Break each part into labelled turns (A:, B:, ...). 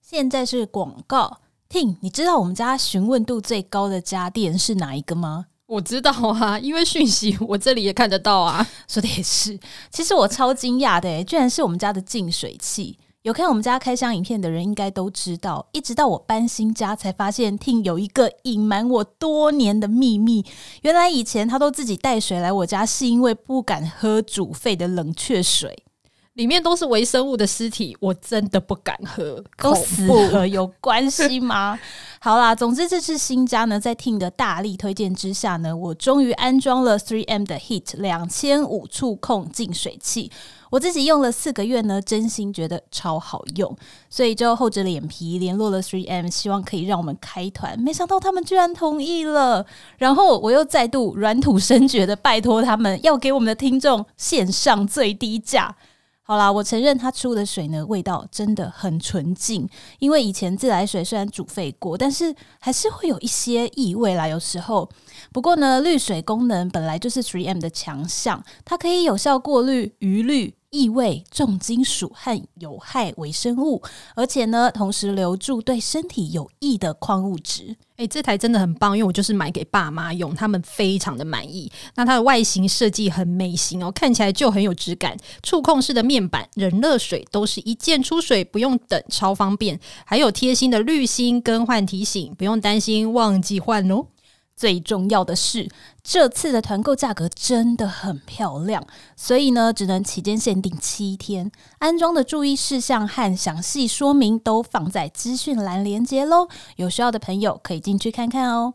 A: 现在是广告。听，你知道我们家询问度最高的家电是哪一个吗？
B: 我知道啊，因为讯息我这里也看得到啊。
A: 说的也是，其实我超惊讶的、欸，居然是我们家的净水器。有看我们家开箱影片的人应该都知道，一直到我搬新家才发现，听有一个隐瞒我多年的秘密。原来以前他都自己带水来我家，是因为不敢喝煮沸的冷却水，
B: 里面都是微生物的尸体，我真的不敢喝，
A: 跟
B: 恐
A: 死
B: 怖
A: 了有关系吗？ 好啦，总之这次新家呢，在 Ting 的大力推荐之下呢，我终于安装了 3M 的 Heat 两千五触控净水器。我自己用了四个月呢，真心觉得超好用，所以就厚着脸皮联络了 3M，希望可以让我们开团。没想到他们居然同意了，然后我又再度软土生绝的拜托他们要给我们的听众线上最低价。好啦，我承认它出的水呢，味道真的很纯净。因为以前自来水虽然煮沸过，但是还是会有一些异味啦。有时候，不过呢，滤水功能本来就是 3M 的强项，它可以有效过滤余氯、异味、重金属和有害微生物，而且呢，同时留住对身体有益的矿物质。
B: 哎、这台真的很棒，因为我就是买给爸妈用，他们非常的满意。那它的外形设计很美型哦，看起来就很有质感。触控式的面板、冷热水都是一键出水，不用等，超方便。还有贴心的滤芯更换提醒，不用担心忘记换哦。
A: 最重要的是，这次的团购价格真的很漂亮，所以呢，只能期间限定七天。安装的注意事项和详细说明都放在资讯栏连接喽，有需要的朋友可以进去看看哦。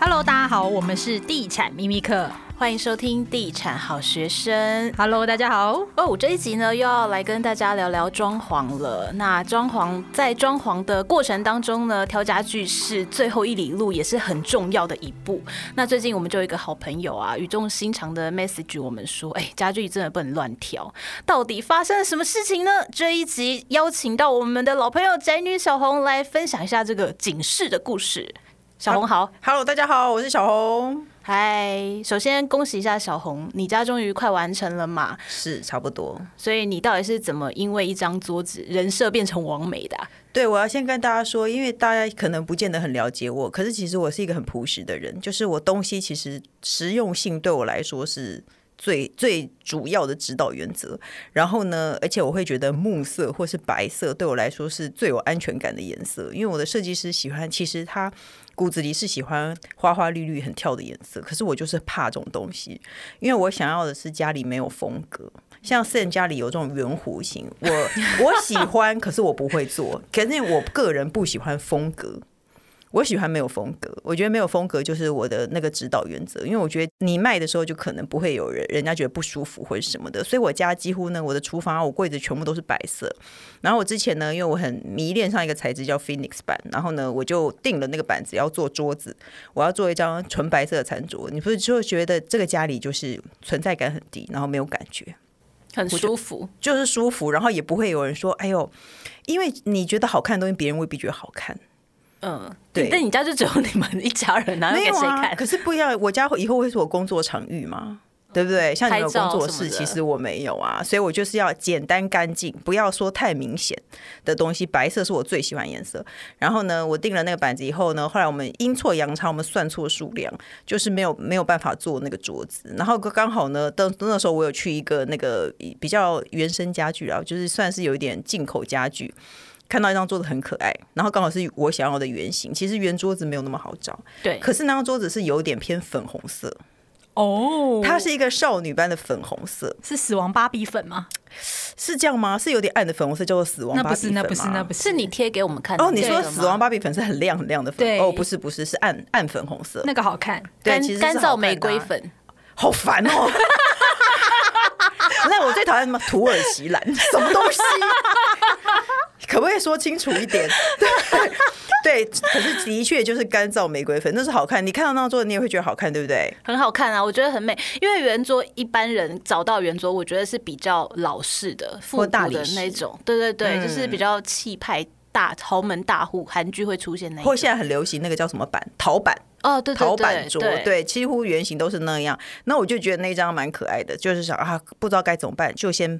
B: Hello，大家好，我们是地产秘密课。
A: 欢迎收听《地产好学生》。
B: Hello，大家好。
A: 哦，这一集呢又要来跟大家聊聊装潢了。那装潢在装潢的过程当中呢，挑家具是最后一里路，也是很重要的一步。那最近我们就有一个好朋友啊，语重心长的 message 我们说，哎，家具真的不能乱挑。到底发生了什么事情呢？这一集邀请到我们的老朋友宅女小红来分享一下这个警示的故事。小红好，
C: Hello，大家好，我是小红。
A: 嗨！首先恭喜一下小红，你家终于快完成了嘛？
C: 是差不多。
A: 所以你到底是怎么因为一张桌子人设变成王美的啊、
C: 对，我要先跟大家说，因为大家可能不见得很了解我，可是其实我是一个很朴实的人，就是我东西其实实用性对我来说是最最主要的指导原则。然后呢，而且我会觉得木色或是白色对我来说是最有安全感的颜色，因为我的设计师喜欢，其实他骨子里是喜欢花花绿绿很跳的颜色，可是我就是怕这种东西，因为我想要的是家里没有风格。像 Sam 家里有这种圆弧形，我我喜欢，可是我不会做，可是我个人不喜欢风格。我喜欢没有风格，我觉得没有风格就是我的那个指导原则，因为我觉得你卖的时候就可能不会有人人家觉得不舒服或者什么的，所以我家几乎呢，我的厨房啊，我柜子全部都是白色。然后我之前呢，因为我很迷恋上一个材质叫 Phoenix 板，然后呢，我就定了那个板子要做桌子，我要做一张纯白色的餐桌，你不是就会觉得这个家里就是存在感很低，然后没有感觉。
A: 很舒服。
C: 就是舒服，然后也不会有人说，哎呦，因为你觉得好看的东西，别人未必觉得好看。
A: 嗯，
C: 对
A: 但你家就只有你们一家人 啊，拿
C: 没
A: 给
C: 有
A: 谁
C: 啊，
A: 看？
C: 可是不一样，我家以后会是我工作场域嘛。对不对？像你们有
A: 拍照
C: 工作
A: 什么
C: 室，
A: 的
C: 其实我没有啊，所以我就是要简单干净，不要说太明显的东西。白色是我最喜欢的颜色。然后呢，我定了那个板子以后呢，后来我们阴错阳差，我们算错数量，就是没有没有办法做那个桌子。然后刚好呢，当那时候我有去一个那个比较原生家具啊，就是算是有一点进口家具，看到一张桌子很可爱，然后刚好是我想要的原型。其实圆桌子没有那么好找，
A: 对，
C: 可是那张桌子是有点偏粉红色，
B: 哦
C: 它是一个少女般的粉红色，
B: 是死亡芭比粉吗？
C: 是这样吗？是有点暗的粉红色，叫做死亡
B: 那
C: 芭
B: 不
C: 比
B: 是，
C: 粉
B: 那不是，那不
C: 是。
B: 是，
A: 是你贴给我们看的
C: 哦，你
A: 这
C: 说
A: 个吗
C: 死亡芭比粉是很亮很亮的粉
B: 对
C: 哦，不是不是，是暗暗粉红色。
B: 那个好看。
C: 对，
A: 干
C: 其实是
A: 干
C: 好
A: 燥
C: 看
A: 玫瑰
C: 的啊，
A: 粉，
C: 好烦 哦。那我最讨厌什么土耳其蓝， 什么东西？可不可以说清楚一点？ 对，对，可是的确就是干燥玫瑰粉，那是好看。你看到那张桌子，你也会觉得好看，对不对？
A: 很好看啊，我觉得很美。因为圆桌一般人找到圆桌，我觉得是比较老式的、复古
C: 大理
A: 的
C: 石
A: 那种，对对对，
C: 嗯
A: 就是比较气派。大豪门大户，韩剧会出现那一
C: 或
A: 种
C: 现在很流行那个叫什么板陶板，
A: 哦，对对
C: 陶
A: 对，
C: 板桌，
A: 对，
C: 对，几乎原型都是那样。那我就觉得那张蛮可爱的，就是想啊，不知道该怎么办，就先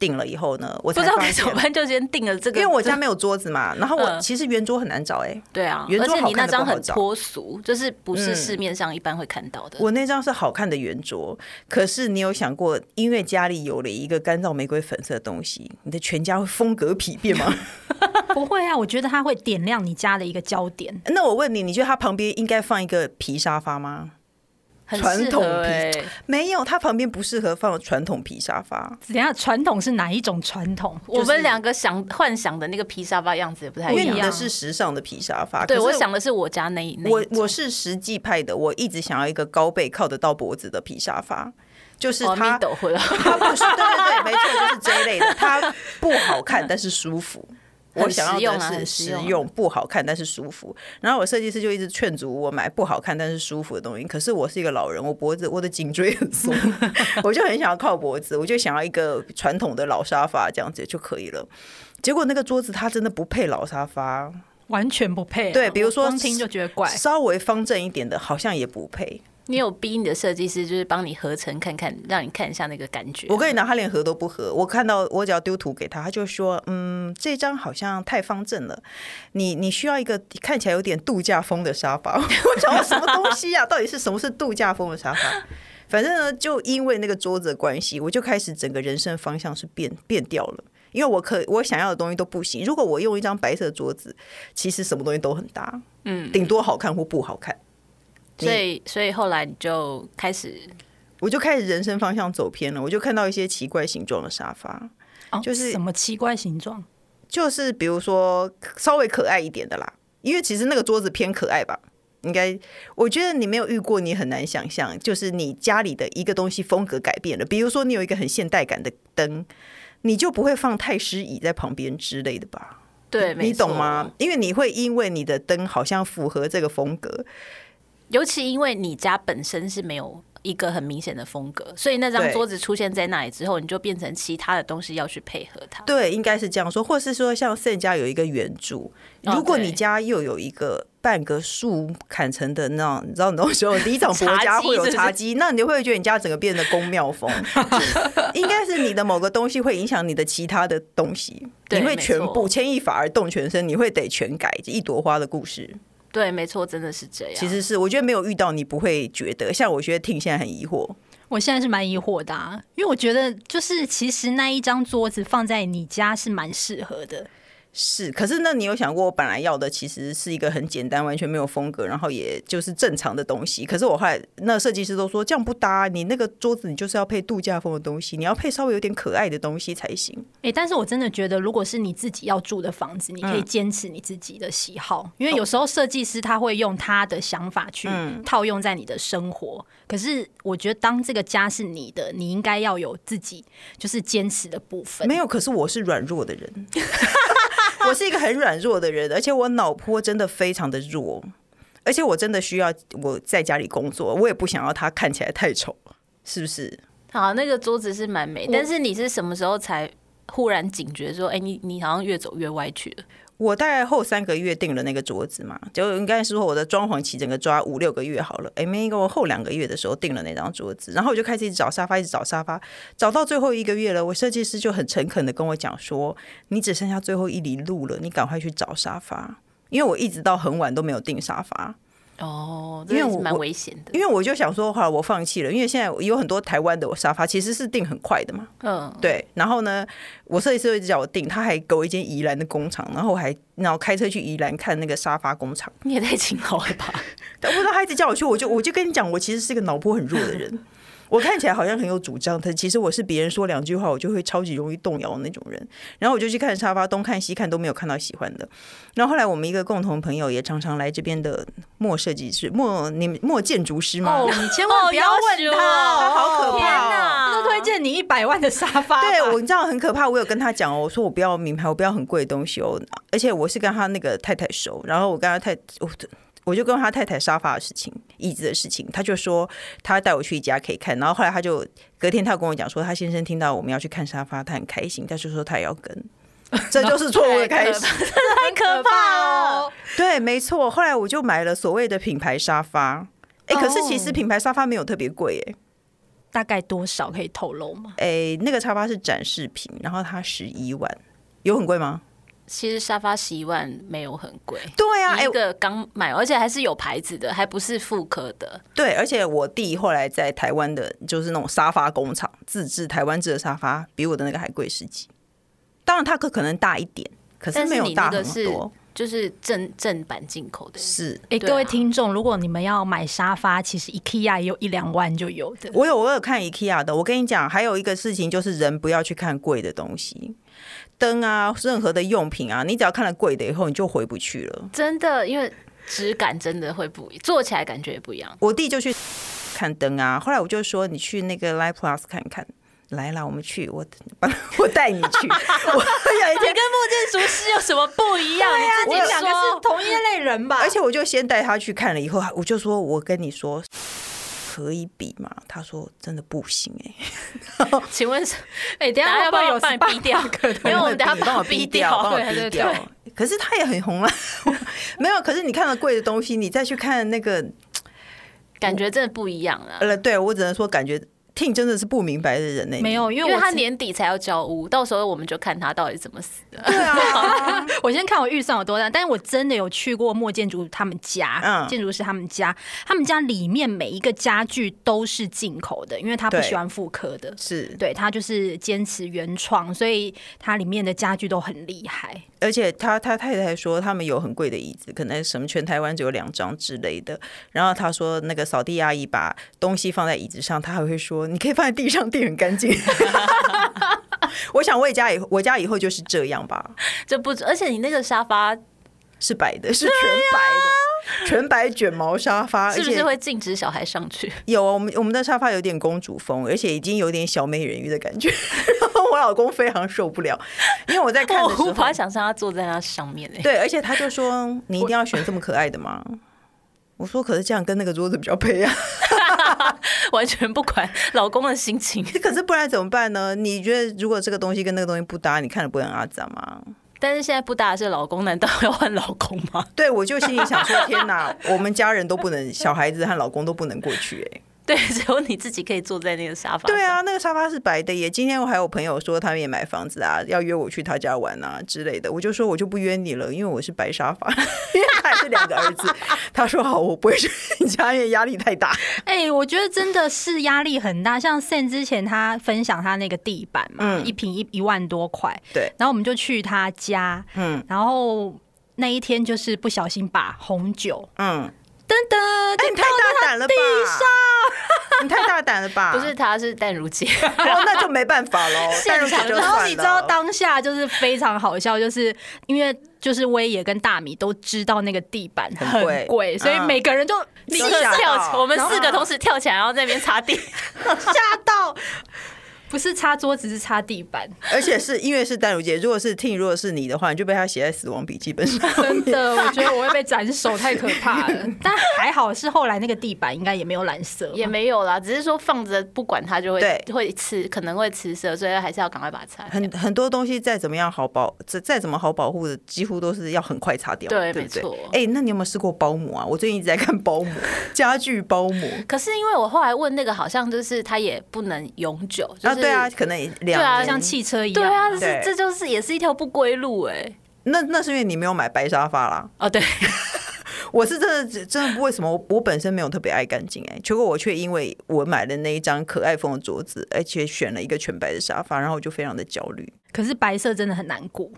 C: 定了以后呢，我
A: 不
C: 才
A: 知道
C: 发
A: 该怎
C: 现
A: 么办，就先定了这个。
C: 因为我家没有桌子嘛，然后我
A: 嗯
C: 其实圆桌很难找哎、
A: 对啊，
C: 圆
A: 而
C: 桌
A: 且你
C: 好看
A: 那
C: 得
A: 张
C: 不好
A: 很
C: 找嗯
A: 脱俗，就是不是市面上一般会看到的。
C: 我那张是好看的圆桌，可是你有想过，因为家里有了一个干燥玫瑰粉色的东西，你的全家会风格丕变吗？
B: 不会啊，我觉得它会点亮你家的一个焦点。
C: 那我问你，你觉得它旁边应该放一个皮沙发吗？
A: 很
C: 传
A: 适
C: 统
A: 合
C: 皮
A: 欸
C: 没有，它旁边不适合放传统皮沙发，
B: 等一下传统是哪一种传统？
A: 我们两个想幻想的那个皮沙发样子也不太
C: 因
A: 一
C: 为你
A: 样。
C: 的是时尚的皮沙发。
A: 对
C: 可是
A: 我想的是我家那一那一
C: 我
A: 种
C: 我是实际派的，我一直想要一个高背靠得到脖子的皮沙发，就是
A: 哦
C: 它、
A: middle 回来，
C: 它不是对 对对，没错，就是这一类的，它不好看但是舒服。我
A: 很
C: 想
A: 实
C: 要
A: 用啊
C: 的是
A: 很
C: 实
A: 实用啊
C: 用，不好看但是舒服。然后我设计师就一直劝阻我买不好看但是舒服的东西。可是我是一个老人，我脖子我的颈椎很 松，我就很想要靠脖子，我就想要一个传统的老沙发这样子就可以了。结果那个桌子它真的不配老沙发，
B: 完全不配啊、
C: 对比如说
B: 我光听就觉得怪。
C: 稍微方正一点的好像也不配。
A: 你有逼你的设计师就是帮你合成看看，让你看一下那个感觉。
C: 我跟你讲，他连合都不合。我看到我只要丢图给他，他就说：“嗯，这张好像太方正了，你你需要一个看起来有点度假风的沙发。” 我想说什么东西呀、啊到底是什么是度假风的沙发？反正呢，就因为那个桌子的关系，我就开始整个人生方向是变变掉了。因为我可我想要的东西都不行。如果我用一张白色桌子，其实什么东西都很搭，嗯，顶多好看或不好看。
A: 所以所以后来你就开始
C: 我就开始人生方向走偏了，我就看到一些奇怪形状的沙发。
B: 哦
C: 就是
B: 什么奇怪形状？
C: 就是比如说稍微可爱一点的啦，因为其实那个桌子偏可爱吧。应该，我觉得你没有遇过，你很难想象，就是你家里的一个东西风格改变了，比如说你有一个很现代感的灯，你就不会放太师椅在旁边之类的吧？
A: 对，没
C: 你懂
A: 错
C: 吗？？因为你会因为你的灯好像符合这个风格，
A: 尤其因为你家本身是没有一个很明显的风格，所以那张
C: 对
A: 桌子出现在那里之后，你就变成其他的东西要去配合它。
C: 对，应该是这样说，或是说像 Sen 家有一个圆柱，
A: 哦
C: 如果你
A: 对
C: 家又有一个半个树砍成的那种，你知道那种时候李长伯
A: 茶
C: 家
A: 几
C: 会
A: 是
C: 有
A: 不是
C: 茶几，那你会觉得你家整个变得宫 庙风，应该是你的某个东西会影响你的其他的东西，你
A: 对
C: 会
A: 没
C: 全
A: 错
C: 部牵一发而动全身，你会得全改一朵花的故事。
A: 对，没错，真的是这样。
C: 其实是我觉得没有遇到你不会觉得，像我觉得听现在很疑惑，
B: 我现在是蛮疑惑的、啊，因为我觉得就是其实那一张桌子放在你家是蛮适合的，
C: 是，可是那你有想过，我本来要的其实是一个很简单、完全没有风格，然后也就是正常的东西。可是我后来那设计师都说这样不搭，你那个桌子你就是要配度假风的东西，你要配稍微有点可爱的东西才行。
B: 诶，但是我真的觉得，如果是你自己要住的房子，你可
C: 嗯
B: 以坚持你自己的喜好，因
C: 哦
B: 为有时候设计师他会用他的想法去
C: 嗯
B: 套用在你的生活。可是我觉得，当这个家是你的，你应该要有自己就是坚持的部分。
C: 没有，可是我是软弱的人， 我是一个很软弱的人，而且我脑波真的非常的弱，而且我真的需要我在家里工作，我也不想要它看起来太丑，是不是？
A: 好，那个桌子是蛮美，但是你是什么时候才忽然警觉说，哎、你你好像越走越歪曲了？
C: 我大概后三个月订了那个桌子嘛，就应该是说我的装潢期整个抓五六个月好了。哎，没一个我后两个月的时候订了那张桌子，然后我就开始一直找沙发，一直找沙发，找到最后一个月了，我设计师就很诚恳的跟我讲说，你只剩下最后一里路了，你赶快去找沙发，因为我一直到很晚都没有订沙发。
A: 哦，
C: 因为
A: 真的
C: 我
A: 是蛮
C: 我
A: 危险的。
C: 因为我就想说，话我放弃了，因为现在有很多台湾的沙发其实是订很快的嘛，
A: 嗯，
C: 对，然后呢，我设计师就一直叫我订，他还给我一间宜兰的工厂，然后我还然后开车去宜兰看那个沙发工厂，
A: 你也太勤劳了吧？
C: 但不知道他一直叫我去，我就我就跟你讲，我其实是个脑波很弱的人，我看起来好像很有主张，但其实我是别人说两句话，我就会超级容易动摇的那种人。然后我就去看沙发，东看西看都没有看到喜欢的。然后后来我们一个共同朋友也常常来这边的莫设计师、莫你们莫建筑师 吗？
B: 哦，你千万不要问他，
C: 他
B: 哦
C: 好可
A: 天
C: 怕哦
A: 哪！
B: 那推荐你一百万的沙发吧。
C: 对 我你知道很可怕，我有跟他讲哦，我说我不要名牌，我不要很贵的东西哦，而且我是跟他那个太太熟，然后我跟他太我我就跟他太太沙发的事情、椅子的事情，他就说他带我去一家可以看，然后后来他就隔天他跟我讲说，他先生听到我们要去看沙发，他很开心，他就说他也要跟。这就是错误的开始，
A: 太
C: 哦
A: 可怕
B: 哦
A: 了！
C: 对，没错。后来我就买了所谓的品牌沙发，哎、可是其实
B: 哦
C: 品牌沙发没有特别贵、哎，
A: 大概多少可以透露吗？
C: 诶，那个沙发是展示品，然后它十一万，有很贵吗？
A: 其实沙发十一万没有很贵，
C: 对啊，
B: 哎
A: 一
C: 诶，
A: 个刚买，而且还是有牌子的，还不是复刻的。
C: 对，而且我弟后来在台湾的，就是那种沙发工厂自制台湾制的沙发，比我的那个还贵十几。当然，它可可能大一点，可是
A: 但是
C: 没有
A: 你
C: 大
A: 那个
C: 很
A: 是
C: 多。
A: 就是正正版进口的，
C: 是
B: 哎、
A: 对啊
B: 各位听众，如果你们要买沙发，其实 IKEA 也有一两万就有的。
C: 我有我有看 IKEA 的，我跟你讲，还有一个事情就是人不要去看贵的东西，灯啊，任何的用品啊，你只要看了贵的以后，你就回不去了。
A: 真的，因为质感真的会不一，做起来感觉也不一样。
C: 我弟就去看灯啊，后来我就说你去那个 Live Plus 看看。来啦，我们去，我 我带你去。 我有一
B: 跟
C: 天，
B: 木建厨师有什么不一样？啊
A: 啊
B: 你
C: 我有
B: 两个是同一类人吧
C: 而且我就先带他去看了，以后我就说，我跟你说可以比吗？他说真的不行哎、
A: 请问是，哎、等一下
B: 大家
A: 要不要
B: 要不要
A: 帮
B: 帮
A: 逼掉？没有，我们等一下
C: 帮我
A: 我
C: 逼
A: 掉，
C: 帮我
A: 对
C: 逼
A: 对
C: 掉
A: 对。。
C: 可是他也很红啊，没有。可是你看了贵的东西，你再去看那个，
A: 感觉真的不一样啊了。
C: 呃，对我只能说，感觉听真的是不明白的人 呢、欸
B: 没有，因
A: 因
B: 为
A: 为
B: 我
A: 他
B: 曾
A: 年底才要交屋，到时候我们就看他到底怎么死的。
C: 对啊，
B: 我先看我预算有多大，但是我真的有去过莫建筑他们家，
C: 嗯
B: 建筑师他们家，他们家里面每一个家具都是进口的，因为他不
C: 对
B: 喜欢复刻的，
C: 是，
B: 对他就是坚持原创，所以它里面的家具都很厉害。
C: 而且他他太太说他们有很贵的椅子，可能什么全台湾只有两张之类的。然后他说那个扫地阿姨把东西放在椅子上，他还会说你可以放在地上，地很 干净。我想我也家以我家以后就是这样吧，
A: 这不，而且你那个沙发
C: 是白的，是全白 的，全白卷毛沙发，
A: 是不
C: 而且
A: 是会禁止小孩上 去？
C: 有啊，我们我们的沙发有点公主风，而且已经有点小美人鱼的感觉。然后我老公非常受不了，因为我在看的时
A: 我
C: 候
A: 无，法想象他坐在那上 面哎、
C: 对，而且他就说你一定要选这么可爱的 吗？我说可是这样跟那个桌子比较配啊，
A: 完全不管老公的心情。
C: 可是不然怎么办呢？你觉得如果这个东西跟那个东西不搭，你看了不会很阿杂吗？
A: 但是现在不搭的是老公，难道要换老公吗？
C: 对，我就心里想说，天 哪，我们家人都不能，小孩子和老公都不能过去、欸，
A: 对，只有你自己可以坐在那个沙发上。
C: 对啊，那个沙发是白的耶。今天我还有朋友说他们也买房子啊，要约我去他家玩啊之类的，我就说我就不约你了，因为我是白沙发， 因为他还是两个儿 子。他说好，我不会去你家，因为压力太大。
B: 哎、我觉得真的是压力很大。像 Sam 之前他分享他那个地板嘛，
C: 嗯
B: 一平一一万多块，
C: 对，
B: 然后我们就去他家，
C: 嗯
B: 然后那一天就是不小心把红酒
C: 嗯，
B: 噔噔
C: 哎、
B: 就
C: 你
B: 倒
C: 太大胆了吧？ 你太大胆了吧？
A: 不是，他是淡 如姐，
C: 哦，那就没办法喽。
A: 现场
C: 但是我就
B: 然后你
C: 算
B: 知道
C: 了
B: 当下就是非常好笑，就是因为就是威爷跟大米都知道那个地板
C: 很贵
B: 很贵，所以
C: 嗯
B: 每个人就
A: 立
B: 立
A: 刻
B: 刻
C: 吓
A: 跳
C: 到
A: 起，我们四个同时跳起来，然后在那边擦地。
B: 吓到，不是擦桌子是擦地板，
C: 而且是因为是淡如姐，如果是听，如果是你的话，你就被他写在死亡笔记本上。
B: 真的，我觉得我会被斩首，太可怕 了。但还好是后来那个地板应该也没有蓝色嘛，
A: 也没有啦，只是说放着不管它就会
C: 对
A: 会吃，可能会吃色，所以还是要赶快把它擦掉。
C: 很很多东西再怎么样好保，再再怎么好保护的，几乎都是要很快擦掉。
A: 对
C: 对不对
A: 没错
C: 哎、那你有没有试过包膜啊？我最近一直在看包膜，家具包膜
A: 可是因为我后来问那个，好像就是它也不能永久，就是、
C: 啊，对啊，，可能两
A: 对啊
C: 年
B: 像汽车一样
A: 对
B: 嘛。
A: 啊，这
C: 对
A: 是这就是也是一条不归路哎、
C: 那那是因为你没有买白沙发啦。
A: 哦，对，
C: 我是真的真的为什么我我本身没有特别爱干净哎，结果我却因为我买了那一张可爱风的桌子，而且选了一个全白的沙发，然后我就非常的焦虑，
B: 可是白色真的很难过。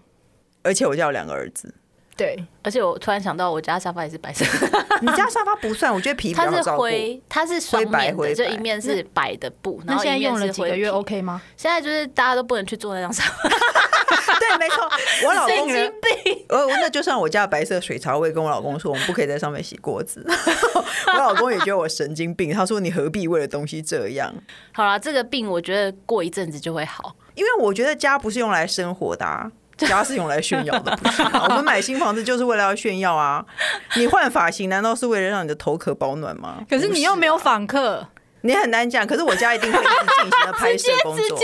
C: 而且我家有两个 儿子。
B: 对，
A: 而且我突然想到，我家沙发也是白色，
C: 你家沙发不算，我觉得皮比较
A: 它
C: 好
A: 是
C: 照顾。
A: 灰，它是双面
C: 灰白
A: 的，
C: 灰白
A: 就一面是白的布，然
B: 那
A: 后
B: 现在
A: 一面
B: 用了
A: 是
B: 几
A: 灰
B: 个
A: 皮
B: 月 OK 吗？
A: 现在就是大家都不能去坐那张沙发，
C: 对，没错，我 老
A: 神
C: 公呢
A: 经病。
C: 我我那就算我家的白色水槽，我也跟我老公说，我们不可以在上面洗锅子。 我老公也觉得我神经病，他说你何必为了东西这样？
A: 好啦，这个病我觉得过一阵子就会好。
C: 因为我觉得家不是用来生活的、啊。家是用来炫耀的，不是啊吗？我们买新房子就是为了要炫耀啊！你换发型难道是为了让你的头壳保暖吗？
B: 可是你又没有
C: 不是啊，
B: 访客，
C: 你很难讲。可是我家一定会一直进行的拍摄工作。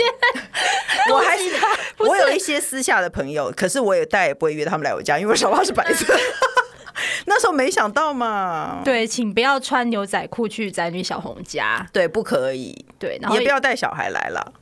C: 我还是我有一些私下的朋友，可是我也再也不会约他们来我家，因为我沙发是白色。那时候没想到嘛，
B: 对，请不要穿牛仔裤去宅女小红家。
C: 对，不可以，
B: 对，然后
C: 也不要带小孩来了。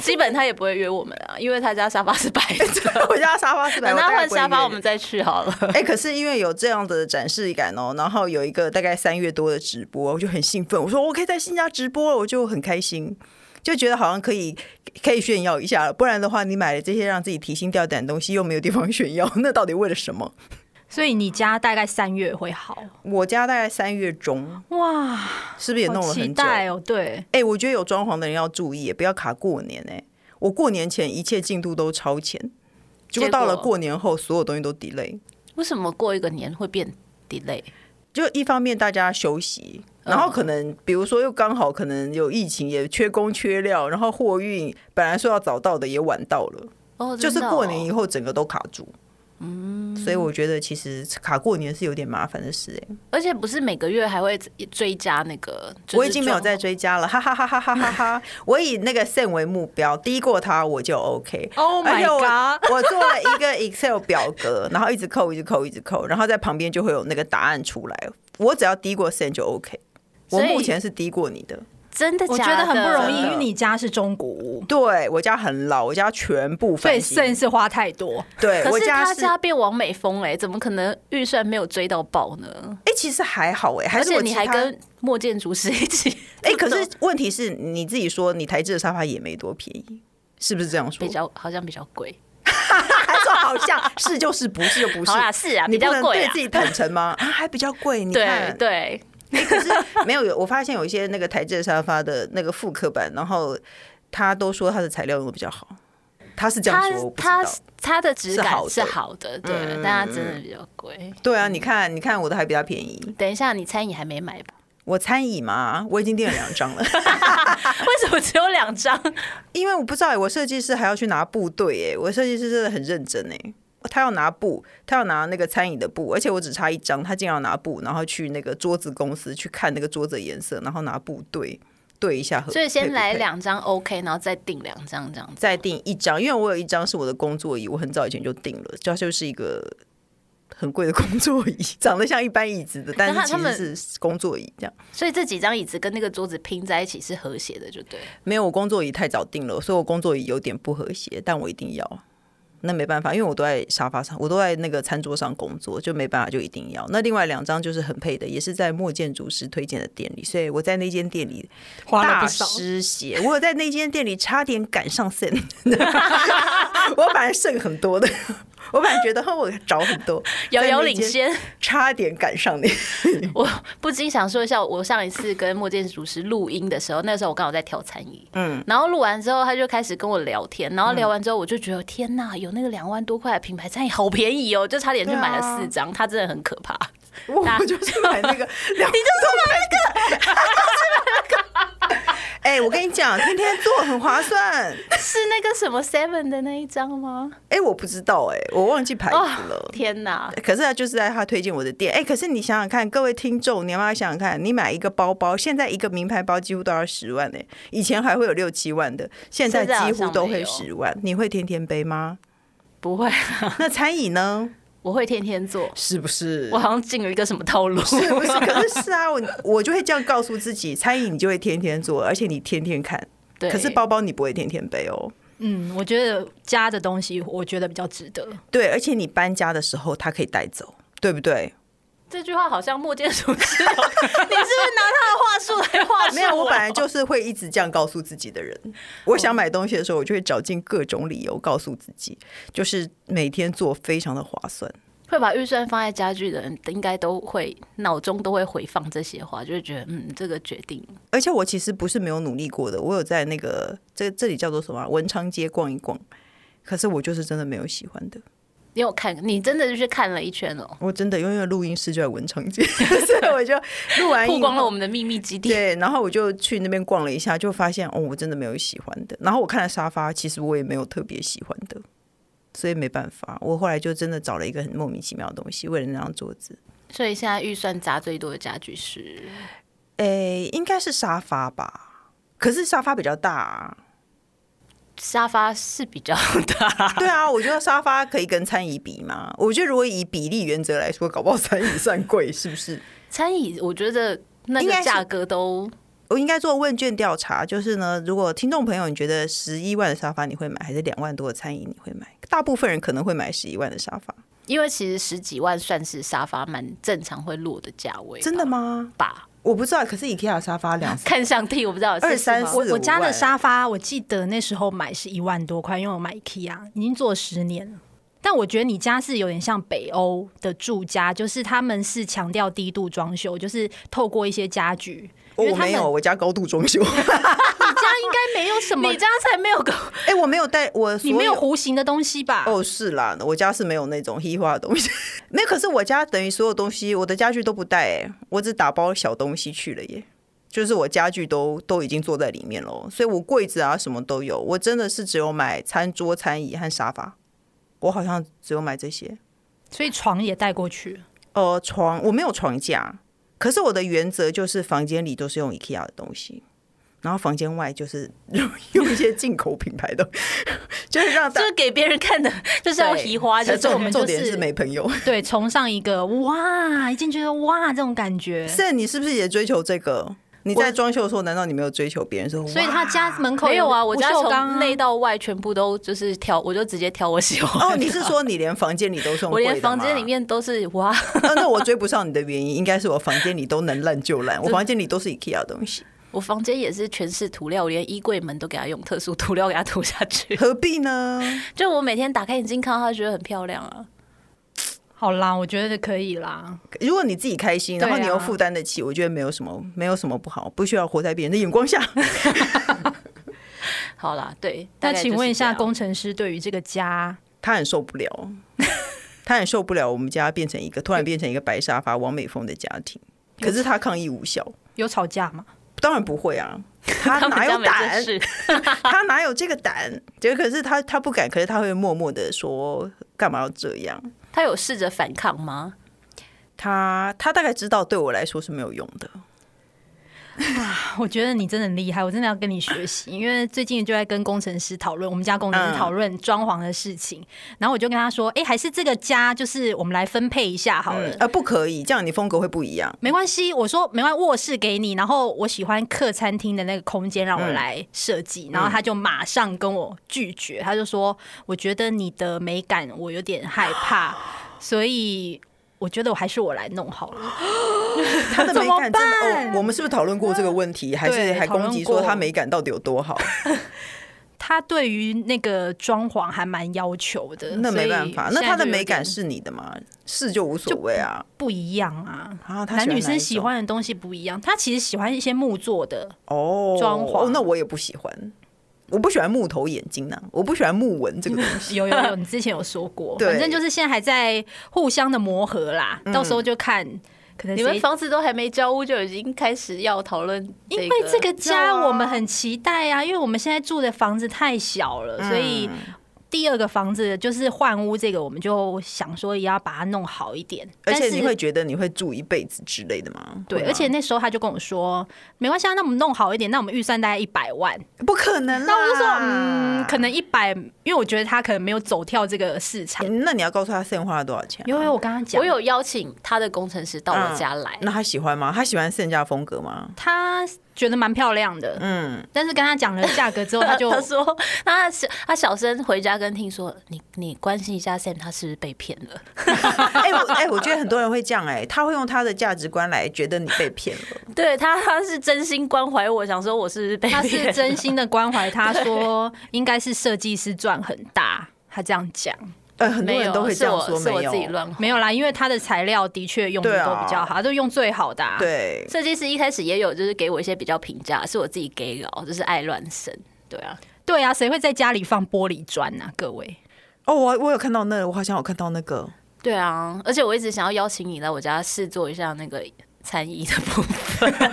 A: 基本他也不会约我们啊，因为他家沙发是白的。
C: 我家沙发是白，
A: 等他
C: 大概
A: 换
C: 不会
A: 沙
C: 约
A: 发，
C: 你
A: 我们再去好了。
C: 哎、可是因为有这样的展示感哦，然后有一个大概三月多的直播，我就很兴奋，我说我可以在新家直播了，我就很开心，就觉得好像可以可以炫耀一下了。不然的话，你买了这些让自己提心吊胆的东西，又没有地方炫耀， 那到底为了什么？
B: 所以你家大概三月会好
C: 我家大概三月中，
B: 哇，
C: 是不是也弄
B: 好
C: 了
B: 期
C: 很久？
B: 待哦。对，
C: 哎、我觉得有装潢的人要注意，不要卡过年哎、我过年前一切进度都超前，结果
A: 结
C: 到了
A: 果
C: 过年后，所有东西都 delay。
A: 为什么过一个年会变 delay？
C: 就一方面大家休息，
A: 嗯
C: 然后可能比如说又刚好可能有疫情，也缺工缺料，然后货运本来说要早到的也晚到了，
A: 哦，
C: 就是
A: 真的哦
C: 过年以后整个都卡住。嗯，所以我觉得其实卡过年是有点麻烦的事哎、
A: 而且不是每个月还会追加那个。就是
C: 我已经没有在追加了，哈哈哈哈哈哈哈！我以那个 s e 为目标，低过它我就 OK。
B: Oh
C: 而
B: my
C: 且我
B: god
C: 我做了一个 Excel 表格，然后一直扣，一直扣，一直扣，然后在旁边就会有那个答案出来。我只要低过 s e 就 OK。我
A: 所以
C: 目前是低过你的，
A: 真的
B: 我觉
A: 假
B: 得很不容易，
A: 的
B: 因为你家是中古屋，
C: 对我家很老，我家全部
B: 所以
C: 翻新。
B: 肾是花太多。
C: 对，
A: 可
C: 我
A: 是他
C: 家
A: 家变王美风哎、怎么可能预算没有追到爆呢？
C: 哎、其实还好哎、还
A: 而
C: 是
A: 且
C: 我
A: 你
C: 其
A: 还
C: 他
A: 跟莫建筑师一起
C: 哎、可是问题是你自己说你台制的沙发也没多便宜，是不是这样说
A: 比？较好像比较贵，
C: 还说好像是就是不是就不是，
A: 好啦是啊，
C: 你
A: 比较
C: 不能
A: 贵
C: 对
A: 啊
C: 自，己坦诚吗？啊，还比较贵，你
A: 对
C: 看。
A: 对，
C: 哎可是没有有，我发现有一些那个台制的沙发的那个复刻版，然后他都说他的材料用的比较好，他是这样
A: 它
C: 说，我不知
A: 它
C: 道。
A: 它的质
C: 是好
A: 感
C: 的嗯
A: 是好的，对，但它真的比较贵。
C: 对啊，你看，你看我的还比较便宜，
A: 等一下，你餐椅还没买 吧？
C: 我餐椅嘛，我已经订了两张了。
A: 为什么只有两张？
C: 因为我不知道欸、我设计师还要去拿布对，哎，我设计师真的很认真哎、他要拿布，他要拿那个餐椅的布，而且我只差一张，他竟然要拿布，然后去那个桌子公司去看那个桌子的颜色，然后拿布对对一下合，
A: 所以
C: 配
A: 先
C: 不
A: 来
C: 配，
A: 两张 OK，然后再订两张这样子。
C: 再订一张，因为我有一张是我的工作椅，我很早以前就订了，这就是一个很贵的工作椅，长得像一般椅子的，但
A: 那
C: 是
A: 他
C: 其
A: 们
C: 实是工作椅这样。
A: 所以这几张椅子跟那个桌子拼在一起是和谐的，就对了。
C: 没有，我工作椅太早定了，所以我工作椅有点不和谐，但我一定要。那没办法，因为我都在沙发上，我都在那个餐桌上工作，就没办法，就一定要。那另外两张就是很配的，也是在莫建筑师推荐的店里，所以我在那间店里
B: 花了
C: 大
B: 不少
C: 失血。我有在那间店里差点赶上 s 我本来剩很多的， 我本来觉得哼哦我找很多，
A: 遥遥
C: 在那
A: 领
C: 间，
A: 先。
C: 差点赶上你。
A: 我不禁想说一下，我上一次跟莫建主持录音的时候，那时候我刚好在挑餐椅，嗯，然后录完之后他就开始跟我聊天，然后聊完之后我就觉得天呐，有那个两万多块的品牌餐椅好便宜哦，就差点就买了四张，它真的很可怕。
C: 我
A: 大
C: 我就是买那 个两，你就是买那个， 哎、我跟你讲，天天做很划算。
A: 是那个什么 Seven 的那一张吗？啊
C: 哎、我不知道、哎，我忘记牌子了。
A: 天呐，
C: 可是他啊就是在他推荐我的店，哎、可是你想想看，各位听众，你要不要想想看，你买一个包包，现在一个名牌包几乎都要十万呢、哎以前还会有六七万的，现在
A: 现在好
C: 几
A: 像
C: 乎都
A: 没
C: 会
A: 有
C: 十 万。你会天天背 吗？
A: 不会，
C: 那餐饮呢？
A: 我会天天做。
C: 是不是
A: 我好像进了一个什么套路？
C: 是不 是？可是是啊，我我就会这样告诉自己，餐饮你就会天天做，而且你天天看。
A: 对，
C: 可是包包你不会天天背哦。
B: 嗯，我觉得家的东西，我觉得比较值得。
C: 对，而且你搬家的时候它可以带走，对不对？
A: 这句话好像莫建主持有， 你是不是拿他的话术来话术？
C: 没有，我本来就是会一直这样告诉自己的人。我想买东西的时候，我就会找尽各种理由告诉自己，就是每天做非常的划算。
A: 会把预算放在家具的人，应该都会脑中都会回放这些话，就会觉得嗯，这个决定
C: 而且我其实不是没有努力过的，我有在那个这这里叫做什么啊文昌街逛一逛，可是我就是真的没有喜欢的。
A: 你有看，你真的就去看了一圈哦，
C: 我真的因为录音室就在文昌街， 所以我就录完
A: 曝
C: 音
A: 光了
C: 后
A: 我们的秘密基地。
C: 对，然后我就去那边逛了一下，就发现哦，我真的没有喜欢的。然后我看了沙发，其实我也没有特别喜欢的，所以没办法，我后来就真的找了一个很莫名其妙的东西，为了那张桌子，
A: 所以现在预算砸最多的家具是，
C: 诶，应该是沙发吧，可是沙发比较大啊、
A: 沙发是比较大，
C: 对啊，我觉得沙发可以跟餐椅比嘛。我觉得如果以比例原则来说，搞不好餐椅算贵，是不是？
A: 餐椅我觉得那
C: 应该
A: 个
C: 是
A: 价格都
C: 我应该做问卷调查，就是呢，如果听众朋友你觉得十一万的沙发你会买，还是两万多的餐椅你会买？大部分人可能会买十一万的沙发，
A: 因为其实十几万算是沙发蛮正常会落的价位，
C: 真的？吗？
A: 吧，
C: 我不知道，可是 IKEA 的沙发两
A: 看相地我不知道
C: 二三
A: 四
B: 我
C: 四五
B: 我家的
C: 万
B: 沙发，我记得那时候买是一万多块，因为我买 IKEA，已经做十年了。但我觉得你家是有点像北欧的住家，就是他们是强调低度装修，就是透过一些家具。因为
C: 我
B: 他们
C: 没有，哦我家高度装 修。
B: 你家应该没有什么，
A: 你家才没有个
C: 哎、我没有带我，
B: 你没有。弧形的东西吧？
C: 哦，是啦，我家是没有那种黑化的东西， 没有。可是我家等于所有东西，我的家具都不带、欸，我只打包小东西去了耶。就是我家具都都已经坐在里面喽，所以我柜子啊什么都有。我真的是只有买餐桌、餐椅和沙发，我好像只有买这些。
B: 所以床也带过去。
C: 呃，床我没有床架，可是我的原则就是房间里都是用 IKEA 的东西，然后房间外就是 用一些进口品牌的， 就是让大
A: 就是给别人看的， 就是要
B: 对
A: 移花，就是我
C: 重
A: 们
C: 重
A: 就
C: 点是
A: 是。
C: 没朋友。
B: 对，崇尚一个哇，一进去就哇这种感觉。
C: 是你是不是也追求这个？你在装修的时候，难道你没有追求别人说？
B: 所以他家门口
A: 没有啊，我
B: 不
A: 家
B: 锈钢
A: 从
B: 啊
A: 内到外全部都就是挑，我就直接挑我喜欢的。啊
C: 哇哦，你是说你连房间里都 送？
A: 我连房间 里，面都是哇，
C: 哦那那我追不上你的原因，应该是我房间里都能烂就 烂，我房间里都是 IKEA 的东西，
A: 我房间也是全是涂料，我连衣柜门都给它用特殊涂料给它涂下去。
C: 何必呢？
A: 就我每天打开眼睛看到它，觉得很漂亮啊。
B: 好啦，我觉得可以啦。
C: 如果你自己开心，然后
B: 对啊
C: 你又负担得起，我觉得没有什么，没有什么不好，不需要活在别人的 眼光下。
A: 好啦，对。
B: 那
A: 大概
B: 请
A: 就是
B: 问一
A: 这
B: 下，
A: 样
B: 工程师对于这个家，
C: 他很受不了，他很受不了我们家变成一个突然变成一个白沙发王美风的家庭，可是他抗议无效，
B: 有吵架吗？
C: 当然不会啊，他
A: 他们
C: 哪
A: 家
C: 有
A: 没
C: 胆
A: 这？事？
C: 他哪有这个胆？就可是他他不敢，可是他会默默的说干嘛要这样？
A: 他有试着反抗吗？
C: 他他大概知道对我来说是没有用的。
B: 我觉得你真的很厉害，我真的要跟你学习，因为最近就在跟工程师讨论，我们家工程师讨论装潢的事情，然后我就跟他说，哎、还是这个家就是我们来分配一下好了。
C: 嗯，啊，不可以，这样你风格会不一样。
B: 没关系，我说没关系，卧室给你，然后我喜欢客餐厅的那个空间，让我来设计。
C: 嗯
B: 然后他就马上跟我拒绝，他就说：“我觉得你的美感我有点害怕，所以我觉得我还是我来弄好了。”
C: 他的美
B: 办
C: 感真的，哦，我们是不是讨论过这个问题？还是
B: 对
C: 还攻击说
B: 讨论过
C: 他美感到底有 多好？
B: 他对于那个装潢还蛮要求的，
C: 那
B: 所
C: 没
B: 以
C: 办法，
B: 现
C: 那
B: 在
C: 他的
B: 就有
C: 美感
B: 点
C: 是你的吗？是就无所谓啊。
B: 不一样啊。
C: 啊，他
B: 男女生
C: 哪一
B: 喜
C: 种
B: 欢的东西不一样，他其实喜欢一些木做的，
C: 哦
B: 装潢
C: 哦，那我也不喜欢，我不喜欢木头眼睛呢、我不喜欢木纹这个东西。
B: 有有有，你之前有说过，
C: 对嗯
B: 反正就是现在还在互相的磨合啦，到时候就看可能
A: 你们
B: 谁
A: 房子都还没交屋就已经开始要讨论、
B: 因为这个家
C: 啊
B: 我们很期待啊，因为我们现在住的房子太小
C: 嗯
B: 了，所以第二个房子就是换屋这个，我们就想说也要把它弄好一点。
C: 而且
B: 但是
C: 你会啊觉得你会住一辈子之类的吗？
B: 对，
C: 会
B: 而
C: 吗
B: 且那时候他就跟我说，没关系，啊，那我们弄好一点，那我们预算大概一百万。
C: 不可能啦。
B: 那我就说，嗯，可能一百，因为我觉得他可能没有走跳这个市场。
C: 嗯那你要告诉他现花了多少钱啊、
B: 因为我跟他讲，
A: 我有邀请他的工程师到我家来，
C: 那他喜欢吗？他喜欢现家风 格吗？
B: 他觉得蛮漂亮的，
C: 嗯，
B: 但是跟他讲了价格之后，他就
A: 他说他小他小声回家跟听说，你你关心一下 Sam 他是不是被骗了？
C: 哎、我哎、我觉得很多人会这样哎、他会用他的价值观来觉得你被骗了。
A: 对他他是真心关怀我，想说我是不是被
B: 他
A: 骗
B: 是
A: 了
B: 真心的关怀，他说应该是设计师赚很大，他这样讲
C: 呃，很多
A: 没
C: 人
A: 有
C: 都会这
A: 是
C: 样
A: 我
C: 说，
A: 是
C: 没
A: 我自己
C: 有。
A: 乱花
B: 没有啦，因为他的材料的确用的
C: 对啊
B: 都比较好，他都用最好的、啊。，
C: 对，
A: 设计师一开始也有就是给我一些比较评价，是我自己给了，就是爱乱神。对啊，
B: 对啊，谁会在家里放玻璃砖啊？各位，
C: 哦，我我有看到那个，我好像有看到那 个，
A: 对啊，而且我一直想要邀请你来我家试做一下那个餐椅的部分。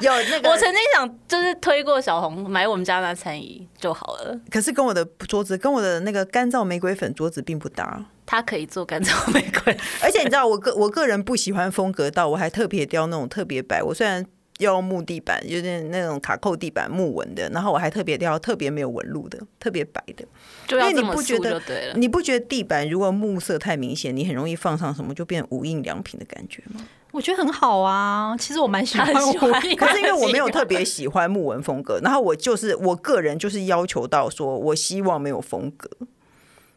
C: 有那个，
A: 我曾经想就是推过小红买我们家那餐椅就好了，
C: 可是跟我的桌子，跟我的那个干燥玫瑰粉桌子并不搭。
A: 他可以做干燥玫瑰。
C: 而且你知道，我个我个人不喜欢风格到，我还特别挑那种特别白。我虽然。要用木地板，有点那种卡扣地板木纹的，然后我还特别挑特别没有纹路的，特别白的。
A: 就要
C: 因为
A: 这
C: 你
A: 么
C: 不觉
A: 素
C: 得
A: 就对了。
C: 你不觉得地板如果木色太明显，你很容易放上什么就变无印良品的感觉吗？
B: 我觉得很好啊。其实我蛮喜欢
A: 他很喜欢
B: 我，
C: 可是因为我没有特别喜欢木纹风格，然后我就是我个人就是要求到说，我希望没有风格。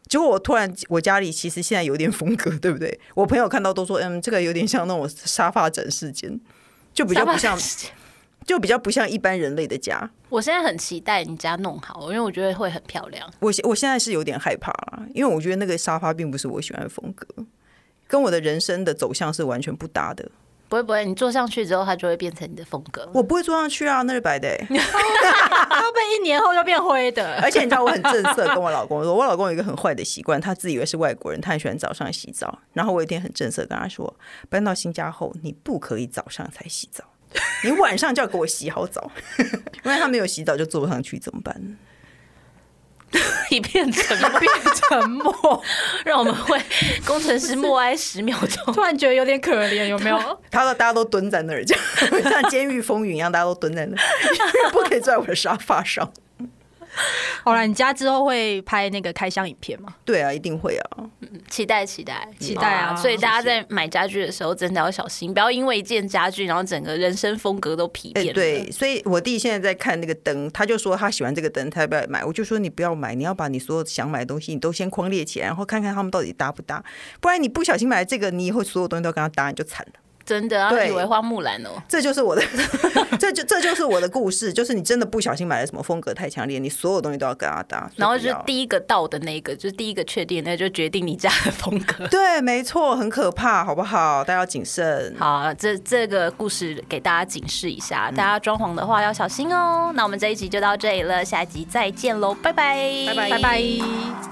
C: 结果我突然，我家里其实现在有点风格，对不对？我朋友看到都说，嗯，这个有点像那种沙发展示间，就比较不像，就比较不像一般人类的家。
A: 我现在很期待你家弄好，因为我觉得会很漂亮。
C: 我现我现在是有点害怕啦，因为我觉得那个沙发并不是我喜欢的风格，跟我的人生的走向是完全不搭的。
A: 不会不会，你坐上去之后，它就会变成你的风 格。
C: 我不会坐上去啊，那是白的、欸。
B: 他被一年后就变灰 的。
C: 而且你知道我很正色，跟我老公说，我老公有一个很坏的习惯，他自以为是外国人，他很喜欢早上洗澡。然后我有一天很正色跟他说，搬到新家后，你不可以早上才洗澡，你晚上就要给我洗好澡， 因为他没有洗澡就坐不上去，怎么办？
A: 一片沉默，
B: 沉默，
A: 让我们为 工程师默哀十秒钟。
B: 突然觉得有点可怜，有没有？
C: 他说大家都蹲在那儿，这 样像《监狱风云》一样，大家都蹲在那儿， 不可以坐在我的沙发上。
B: 好了，你家之后会拍那个开箱影片吗？
C: 对啊，一定会啊。
A: 期待期待
B: 期待啊
A: 所以大家在买家具的时候真的要小心，不要因为一件家具，然后整个人生风格都疲
C: 哎、
A: 变了。
C: 对，所以我弟现在在看那个灯，他就说他喜欢这个灯，他要不要买？我就说你不要买，你要把你所有想买的东西你都先框列起来，然后看看他们到底搭不搭，不然你不小心买了这个，你以后所有东西都跟他搭，你就惨了。
A: 真的啊，
C: 对
A: 以为花木兰哦。
C: 这就是我的， 这就这就是我的故事，就是你真的不小心买了什么风格太强烈，你所有东西都要跟他搭，所以
A: 然后
C: 不
A: 就是
C: 要
A: 第一个到的那个，就是第一个确定的那个，就决定你家的风格。
C: 对，没错，很可怕，好不好？大家要谨慎。
A: 好，这这个故事给大家警示一下，大家装潢的话要小心哦。那我们这一集就到这里了，下一集再见喽，拜拜，
C: 拜拜
B: 拜拜